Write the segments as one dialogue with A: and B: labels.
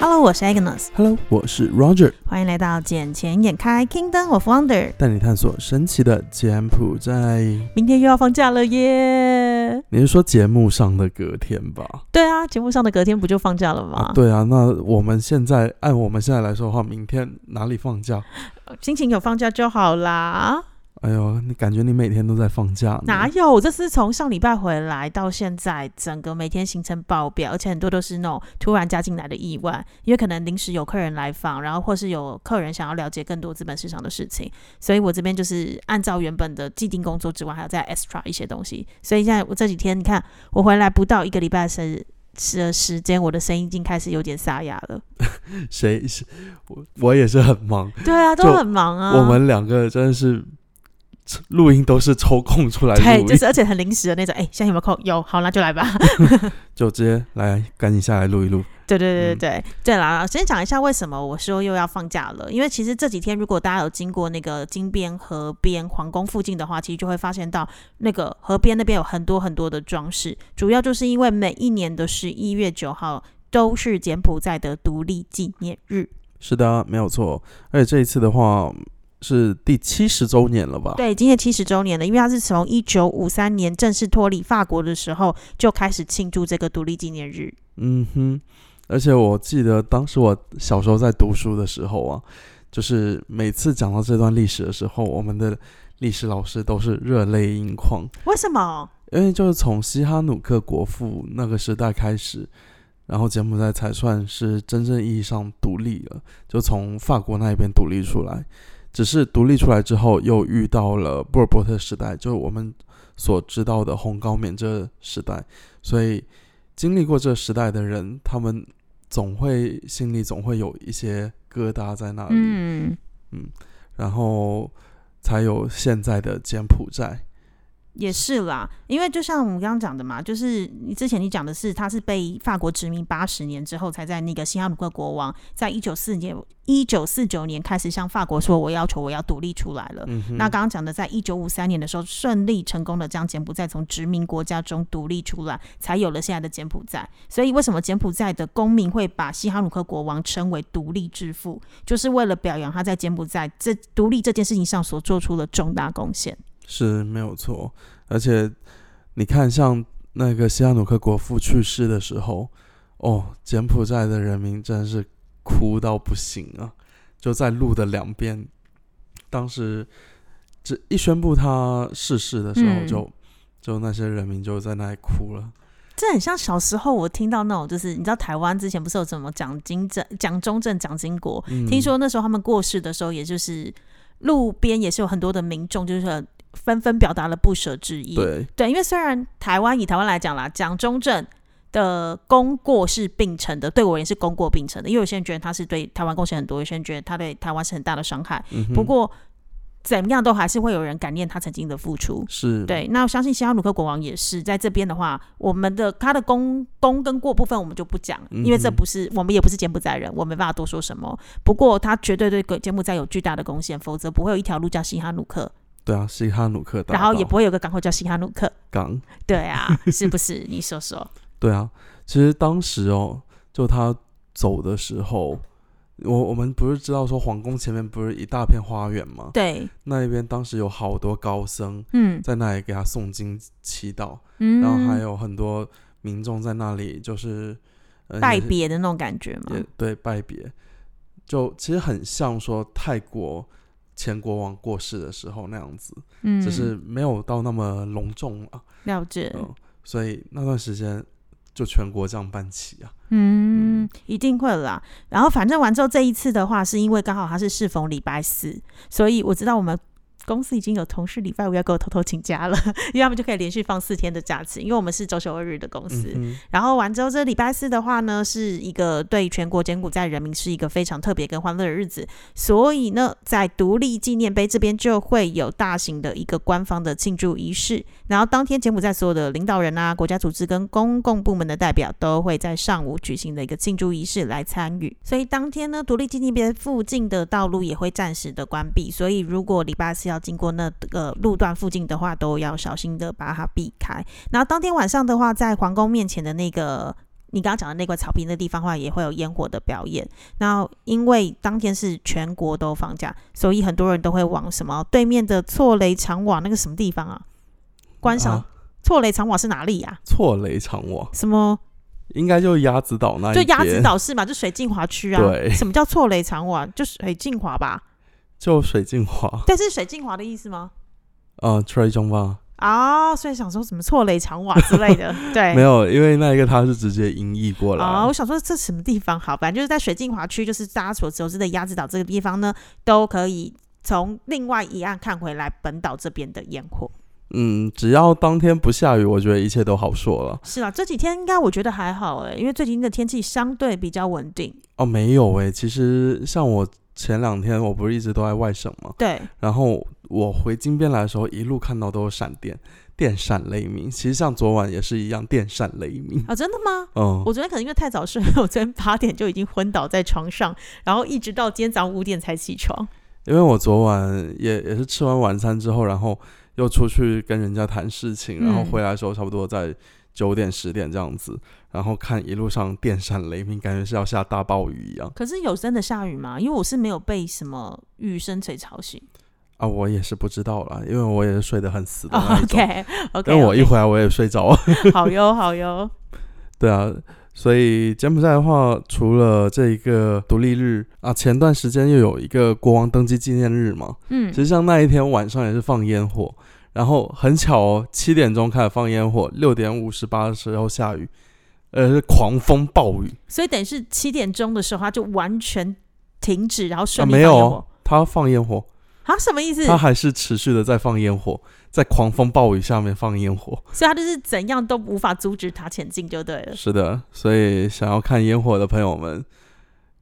A: Hello，我是 Agnes，
B: Hello，我是 Roger，
A: 欢迎来到《眼前眼开 Kingdom of Wonder》。
B: 带你探索神奇的柬埔寨。
A: 明天又要放假了耶！
B: 你是说节目上的隔天吧？
A: 对啊，节目上的隔天不就放假了吗？
B: 啊，对啊。那我们现在按我们现在来说的话，明天哪里放假？
A: 心情有放假就好啦。
B: 哎呦，你感觉你每天都在放假呢？
A: 哪有？我这次从上礼拜回来到现在，整个每天行程爆表，而且很多都是那种突然加进来的意外，因为可能临时有客人来访，然后或是有客人想要了解更多资本市场的事情，所以我这边就是按照原本的既定工作之外，还有再 extra 一些东西。所以现在我这几天，你看我回来不到一个礼拜的时的时间，我的声音已经开始有点沙哑了。
B: 谁是我？我也是很忙，
A: 对啊，都
B: 就
A: 很忙啊。
B: 我们两个真的是录音都是抽空出来
A: 对，
B: 录音，
A: 就是而且很临时的那种。哎、现在有没有空？有，好，那就来吧。
B: 就直接来赶紧下来录一录。
A: 对对对
B: 嗯
A: 对、对啦，先讲一下为什么我说又要放假了，因为其实这几天如果大家有经过那个金边河边皇宫附近的话，其实就会发现到那个河边那边有很多很多的装饰，主要就是因为每一年的十一月九号都是柬埔寨的独立纪念日，
B: 是的，没有错。而且这一次的话是第七十周年了吧？
A: 对，今年七十周年了，因为它是从一九五三年正式脱离法国的时候就开始庆祝这个独立纪念日，
B: 嗯哼，而且我记得当时我小时候在读书的时候啊，就是每次讲到这段历史的时候，我们的历史老师都是热泪盈眶，
A: 为什么？
B: 因为就是从西哈努克国父那个时代开始，然后柬埔寨才算是真正意义上独立了，就从法国那一边独立出来。只是独立出来之后，又遇到了波尔波特时代，就是我们所知道的红高棉这时代。所以经历过这时代的人，他们总会心里总会有一些疙瘩在那里，
A: 嗯。
B: 然后才有现在的柬埔寨。
A: 也是啦，因为就像我们刚刚讲的嘛，就是你之前你讲的是，他是被法国殖民八十年之后，才在那个西哈努克国王在一九四年一九四九年开始向法国说，我要求我要独立出来了。
B: 嗯哼，
A: 那刚刚讲的，在一九五三年的时候，顺利成功的将柬埔寨从殖民国家中独立出来，才有了现在的柬埔寨。所以，为什么柬埔寨的公民会把西哈努克国王称为独立之父，就是为了表扬他在柬埔寨这独立这件事情上所做出的重大贡献。
B: 是没有错，而且你看，像那个西哈努克国父去世的时候，哦，柬埔寨的人民真是哭到不行啊！就在路的两边，当时这一宣布他逝世的时候
A: 嗯
B: 就，就那些人民就在那里哭了。
A: 这很像小时候我听到那种，就是你知道台湾之前不是有什么蒋经正、蒋中正、蒋经国？
B: 嗯、
A: 听说那时候他们过世的时候，也就是路边也是有很多的民众，就是纷纷表达了不舍之意。
B: 对，
A: 对因为虽然台湾以台湾来讲啦，蒋中正的功过是并成的，对我也是功过并成的，因为有些人觉得他是对台湾贡献很多，有些人觉得他对台湾是很大的伤害。
B: 嗯哼、
A: 不过怎么样都还是会有人感念他曾经的付出。
B: 是，
A: 对，那我相信西哈努克国王也是在这边的话，我们的他的功功跟过部分我们就不讲，因为这
B: 嗯哼
A: 不是我们也不是柬埔寨人，我没办法多说什么。不过他绝对对柬埔寨有巨大的贡献，否则不会有一条路叫西哈努克，
B: 对啊，西哈努克大
A: 然后也
B: 道
A: 不会有个港口叫西哈努克。
B: 港
A: 对啊， 是不是？你说说。
B: 对啊，其实当时哦，就他走的时候，我我们不是知道说皇宫前面不是一大片花园吗？
A: 对，
B: 那一边当时有好多高僧
A: 嗯
B: 在那里给他诵经祈祷，
A: 嗯，
B: 然后还有很多民众在那里就是、呃、
A: 拜
B: 也是
A: 别的那种感觉嘛
B: 也。对拜别，就其实很像说泰国前国王过世的时候那样子，
A: 嗯，
B: 只是没有到那么隆重啊，
A: 了解。
B: 嗯，所以那段时间就全国这样办起啊。
A: 嗯，一定会啦。然后反正完之后这一次的话，是因为刚好他是适逢礼拜四，所以我知道我们公司已经有同事礼拜五要给我偷偷请假了， 因为他们就可以连续放四天的假期，因为我们是周休二日的公司。
B: 嗯哼
A: 然后完之后，这礼拜四的话呢，是一个对全国柬埔寨人民是一个非常特别跟欢乐的日子，所以呢，在独立纪念碑这边就会有大型的一个官方的庆祝仪式。然后当天，柬埔寨所有的领导人啊、国家组织跟公共部门的代表都会在上午举行的一个庆祝仪式来参与。所以当天呢，独立纪念碑附近的道路也会暂时的关闭，所以如果礼拜四要经过那个路段附近的话，都要小心的把它避开。然后当天晚上的话，在皇宫面前的那个你刚刚讲的那块草坪的地方的话，也会有烟火的表演。那因为当天是全国都放假，所以很多人都会往什么对面的错雷长瓦那个什么地方啊，观赏、
B: 啊
A: 错雷长瓦是哪里呀、
B: 错雷场网，
A: 什么
B: 应该就鸭子岛那一
A: 就鸭子
B: 边，
A: 岛是嘛？就水镜华区啊。
B: 对
A: 什么叫错雷长瓦？就水镜华吧？ 啊
B: 就水镜华，
A: 但是水镜华的意思吗？
B: 呃，吹中吧，
A: 啊、所以想说什么错雷长瓦之类的，对，
B: 没有，因为那一个它是直接音译过来，
A: 哦，我想说这什么地方好，反正就是在水镜华区，就是大家所熟知的鸭子岛这个地方呢，都可以从另外一岸看回来本岛这边的烟火。
B: 嗯，只要当天不下雨，我觉得一切都好说了。
A: 是啊，这几天应该我觉得还好欸诶，因为最近的天气相对比较稳定。
B: 哦，没有诶、其实像我前两天我不是一直都在外省嘛，
A: 对，
B: 然后我回金边来的时候，一路看到都有闪电，电闪雷鸣。其实像昨晚也是一样，电闪雷鸣。
A: 啊，真的吗？
B: 嗯，
A: 我昨天可能因为太早睡，我昨天八点就已经昏倒在床上，然后一直到今天早上五点才起床。
B: 因为我昨晚也也是吃完晚餐之后，然后又出去跟人家谈事情，然后
A: 嗯
B: 回来的时候差不多在九点十点这样子，然后看一路上电闪雷鸣，感觉是要下大暴雨一样
A: 可是有真的下雨吗？因为我是没有被什么雨声吹吵醒。
B: 啊！我也是不知道啦，因为我也是睡得很死的那 一种。
A: OK OK，
B: 但我一回来我也睡着了。
A: 好哟好哟，
B: 对啊，所以柬埔寨的话，除了这一个独立日啊，前段时间又有一个国王登基纪念日嘛。
A: 嗯
B: 其，实像那一天晚上也是放烟火，然后很巧哦，七点钟开始放烟火，六点五十八的时候下雨，呃，是狂风暴雨。啊
A: 所以等于是七点钟的时候，它就完全停止，然后
B: 啊，
A: 顺利
B: 没
A: 放
B: 有
A: 烟
B: 哦
A: 火。，
B: 他放烟火，
A: 啊，什么意思？
B: 他还是持续的在放烟火，在狂风暴雨下面放烟火。
A: 所以它就是怎样都无法阻止它前进，就对 了。
B: 是的，所以想要看烟火的朋友们，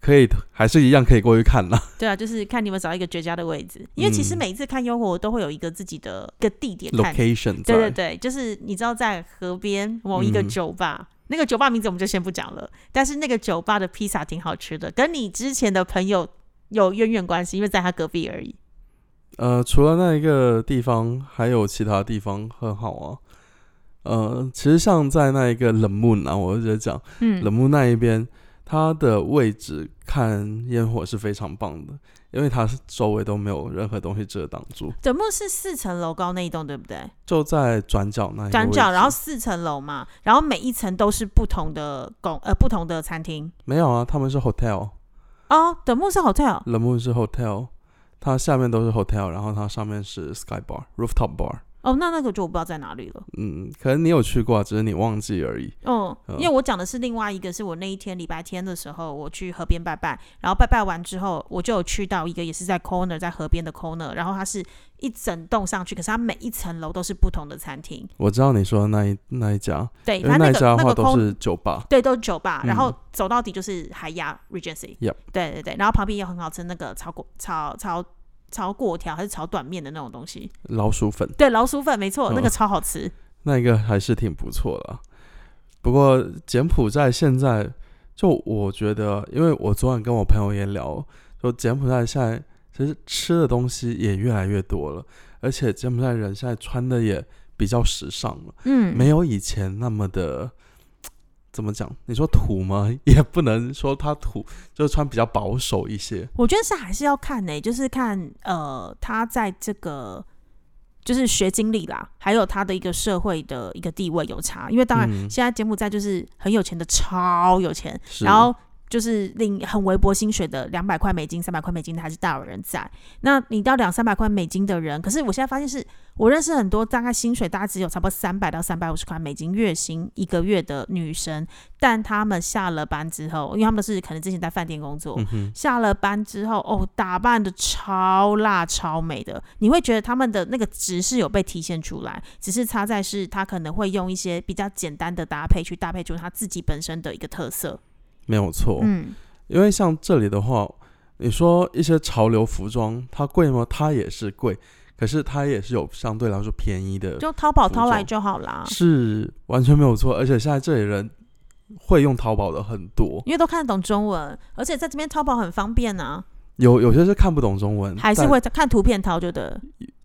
B: 可以还是一样可以过去看啦。
A: 对啊，就是看你们找一个绝佳的位置，因为其实
B: 嗯
A: 每一次看烟火，我都会有一个自己的一个地点 看。
B: location 在
A: 对对对，就是你知道在河边某一个
B: 嗯
A: 酒吧，那个酒吧名字我们就先不讲了，但是那个酒吧的披萨挺好吃的，跟你之前的朋友有渊源关系，因为在他隔壁而已。
B: 呃，除了那一个地方，还有其他地方很好啊。呃，其实像在那一个冷木南，我就觉得讲
A: 嗯，
B: 冷木那一边，它的位置看烟火是非常棒的，因为它是周围都没有任何东西遮挡住，
A: 德牧是四层楼高那一栋，对不对？
B: 就在转角那一个
A: 转角，
B: 位置
A: 然后四层楼嘛，然后每一层都是不同的公呃不同的餐厅
B: 没有啊，他们是 hotel，
A: 哦。德牧是 hotel
B: 冷木是 hotel，它下面都是 hotel，然后它上面是 sky bar rooftop bar，
A: 哦，那那个就我不知道在哪里了。
B: 嗯，可能你有去过啊，只是你忘记而已。
A: 嗯，
B: 嗯
A: 因为我讲的是另外一个，是我那一天礼拜天的时候，我去河边拜拜，然后拜拜完之后，我就有去到一个也是在 corner，在河边的 corner，然后它是一整栋上去，可是它每一层楼都是不同的餐厅。
B: 我知道你说的那一那一家，
A: 对，
B: 因为
A: 它那
B: 一
A: 个
B: 家的
A: 那
B: 话
A: 个
B: 都
A: corner
B: 是酒吧，
A: 对，都是酒吧，然后
B: 嗯
A: 走到底就是海牙 Regency。
B: Yep
A: 对对对，然后旁边有很好吃那个炒果炒炒炒粿条还是炒短面的那种东西。
B: 老鼠粉
A: 对，老鼠粉没错，那个
B: 嗯
A: 超好吃。
B: 那个还是挺不错的啊。不过柬埔寨现在，就我觉得，因为我昨晚跟我朋友也聊，说柬埔寨现在其实吃的东西也越来越多了，而且柬埔寨人现在穿的也比较时尚了，
A: 嗯，
B: 没有以前那么的。怎么讲？你说土吗？ 也不能说他土，就是穿比较保守一些。
A: 我觉得是还是要看呢、就是看呃，他在这个就是学经历啦，还有他的一个社会的一个地位有差。因为当然，
B: 嗯
A: 现在柬埔寨就是很有钱的，超有钱，
B: 是
A: 然后就是领很微薄薪水的两百块美金、三百块美金的还是大有人在。那你到两三百块美金的人，可是我现在发现是我认识很多大概薪水大概只有差不多三百到三百五十块美金月薪一个月的女生，但她们下了班之后，因为她们是可能之前在饭店工作，
B: 嗯哼，
A: 下了班之后，哦，打扮的超辣超美的，你会觉得他们的那个值是有被体现出来，只是差在是他可能会用一些比较简单的搭配去搭配出他自己本身的一个特色。
B: 没有错。
A: 嗯，
B: 因为像这里的话，你说一些潮流服装，它贵吗？它也是贵，可是它也是有相对来说便宜的，
A: 就啊淘宝
B: 服
A: 淘来
B: 装
A: 就好啦，
B: 是完全没有错。而且现在这里人会用淘宝的很多，
A: 因为都看得懂中文，而且在这边淘宝很方便啊，
B: 有有些是看不懂中文，
A: 还是
B: 但
A: 会看图片淘就对了。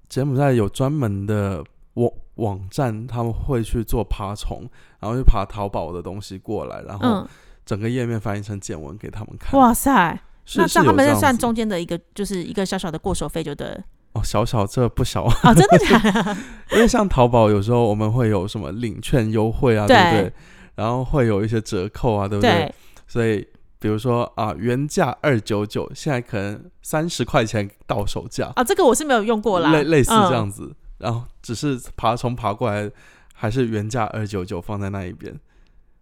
B: 柬埔寨有专门的网网站他们会去做爬虫，然后去爬淘宝的东西过来，然后
A: 嗯，
B: 整个页面翻译成简文给他们看。
A: 哇塞，
B: 是，
A: 那
B: 是
A: 像
B: 有
A: 他们
B: 这
A: 在
B: 样
A: 算
B: 子
A: 中间的一个，就是一个小小的过手费就对了。
B: 哦，小小这不小，
A: 哦，真的假的？
B: 因为像淘宝有时候我们会有什么领券优惠啊，对不
A: 对
B: 对？然后会有一些折扣啊， 对不
A: 对，
B: 所以比如说啊，原价二九九，现在可能三十块钱到手价，
A: 啊，这个我是没有用 过啦，
B: 类类似这
A: 嗯。
B: 样子。然后只是爬虫爬过来，还是原价二九九放在那一边，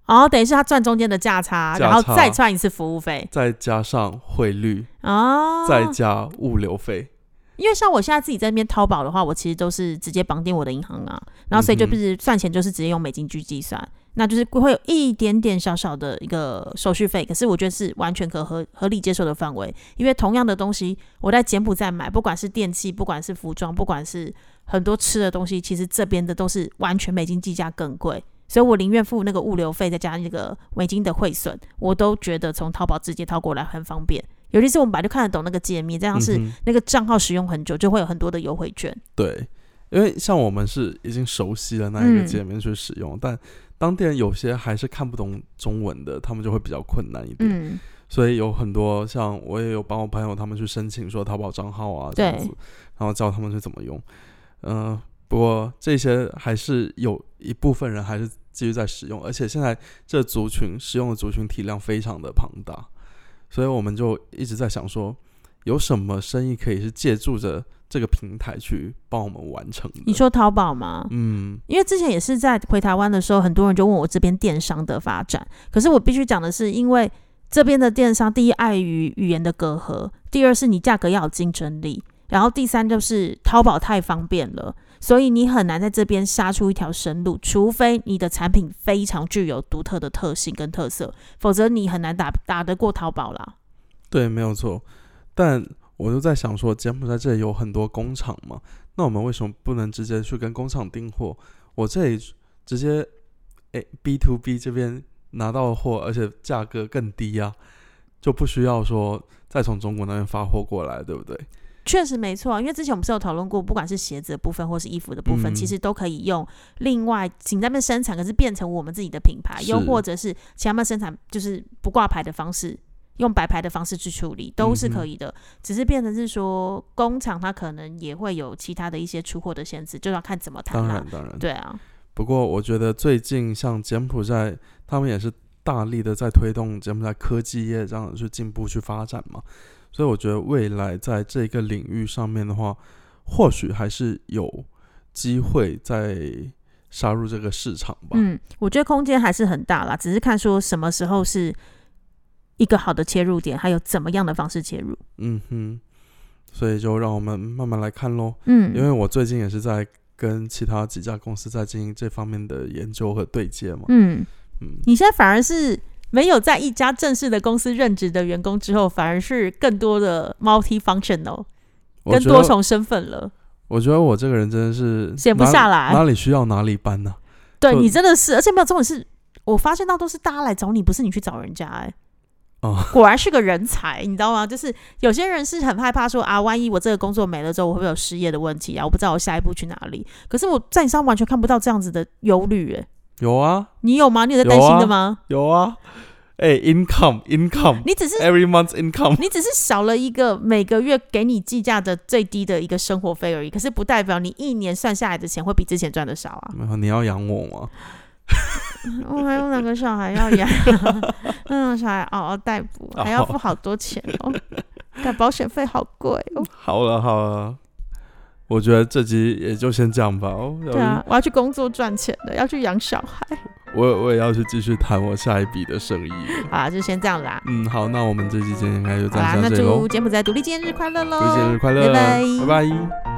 A: 然哦后等于是他赚中间的价差，
B: 价
A: 然后
B: 差
A: 再赚一次服务费
B: 再加上汇率，
A: 哦。
B: 再加物流费。
A: 因为像我现在自己在那边淘宝的话，我其实都是直接绑定我的银行啊，然后所以就
B: 嗯哼
A: 是算钱就是直接用美金去计算，那就是会有一点点小小的一个手续费，可是我觉得是完全可合合理接受的范围，因为同样的东西我在柬埔寨买，不管是电器，不管是服装，不管是很多吃的东西，其实这边的都是完全美金计价更贵。所以我宁愿付那个物流费，再加那个美金的汇损，我都觉得从淘宝直接淘过来很方便。尤其是我们本来就看得懂那个界面，这样是
B: 嗯哼
A: 那个账号使用很久，就会有很多的优惠券。
B: 对，因为像我们是已经熟悉了那一个
A: 嗯
B: 界面去使用，但当地人有些还是看不懂中文的，他们就会比较困难一点。
A: 嗯，
B: 所以有很多像我也有帮我朋友他们去申请说淘宝账号啊这样
A: 对
B: 子，然后教他们去怎么用。嗯、不过这些还是有一部分人还是继续在使用，而且现在这族群使用的族群体量非常的庞大，所以我们就一直在想说，有什么生意可以是借助着这个平台去帮我们完成的？
A: 你，说淘宝吗？
B: 嗯，
A: 因为之前也是在回台湾的时候，很多人就问我这边电商的发展，可是我必须讲的是，因为呃这边的电商，第一碍于语言的隔阂，第二是你价格要有竞争力，然后第三就是淘宝太方便了，所以你很难在这边杀出一条生路，除非你的产品非常具有独特的特性跟特色，否则你很难打打得过淘宝啦。
B: 对，没有错。但我就在想说，柬埔寨这里有很多工厂嘛，那我们为什么不能直接去跟工厂订货？我这里直接诶 B to B 这边拿到的货，而且价格更低啊，就不需要说再从中国那边发货过来，对不对？
A: 确实没错，因为之前我们是有讨论过，不管是鞋子的部分或是衣服的部分，
B: 嗯
A: 其实都可以用另外请他们生产，可是变成我们自己的品牌，
B: 是
A: 又或者是请他们生产就是不挂牌的方式，用摆牌的方式去处理，都
B: 嗯
A: 是可以的。只是变成是说工厂它可能也会有其他的一些出货的限制，就要看怎么谈
B: 当
A: 啦
B: 然，。当然。
A: 对啊，
B: 不过我觉得最近像柬埔寨，他们也是大力的在推动柬埔寨科技业这样去进步去发展嘛，所以我觉得未来在这个领域上面的话，或许还是有机会再杀入这个市场吧。
A: 嗯，我觉得空间还是很大啦，只是看说什么时候是一个好的切入点，还有怎么样的方式切入。
B: 嗯哼，所以就让我们慢慢来看喽。
A: 嗯，
B: 因为我最近也是在跟其他几家公司在进行这方面的研究和对接嘛。
A: 嗯。
B: 嗯，
A: 你现在反而是没有在一家正式的公司任职的员工之后，反而是更多的 multi functional，
B: 我
A: 跟
B: 觉
A: 多
B: 得
A: 重身份了。
B: 我觉得我这个人真的是
A: 闲不
B: 哪里
A: 下来
B: 哪里需要哪里搬呢、
A: 对
B: 就
A: 你真的是，而且没有重点是，我发现到都是大家来找你，不是你去找人家、哎，
B: 哦，
A: 果然是个人才，你知道吗？就是有些人是很害怕说啊，万一我这个工作没了之后，我会不会有失业的问题啊？我不知道我下一步去哪里。可是我在你身上完全看不到这样子的忧虑，哎，
B: 有啊，
A: 你有吗？你有在担
B: 有
A: 心
B: 啊
A: 的吗？
B: 有啊，哎、i n c o m e income，every
A: 你只是
B: month income，
A: 你只是少了一个每个月给你计价的最低的一个生活费而已，可是不代表你一年算下来的钱会比之前赚的少啊。
B: 没有，你要养我吗？
A: 我还有两个小孩要养， 嗯，小孩嗷嗷待哺，还要付好多钱 哦，但保险费好贵哦。
B: 好了好了，我觉得这集也就先这样吧。哦我
A: 对啊，我要去工作赚钱的，要去养小孩
B: 我我也要去继续谈我下一笔的生意了。
A: 好啦，就先这样啦。
B: 嗯，好，那我们这期今天应该就
A: 好
B: 暂
A: 啦，
B: 时
A: 那
B: 到这里喽
A: 祝。柬埔寨独立纪念日快乐喽！
B: 祝节日快
A: 拜
B: 乐，
A: 拜
B: 拜拜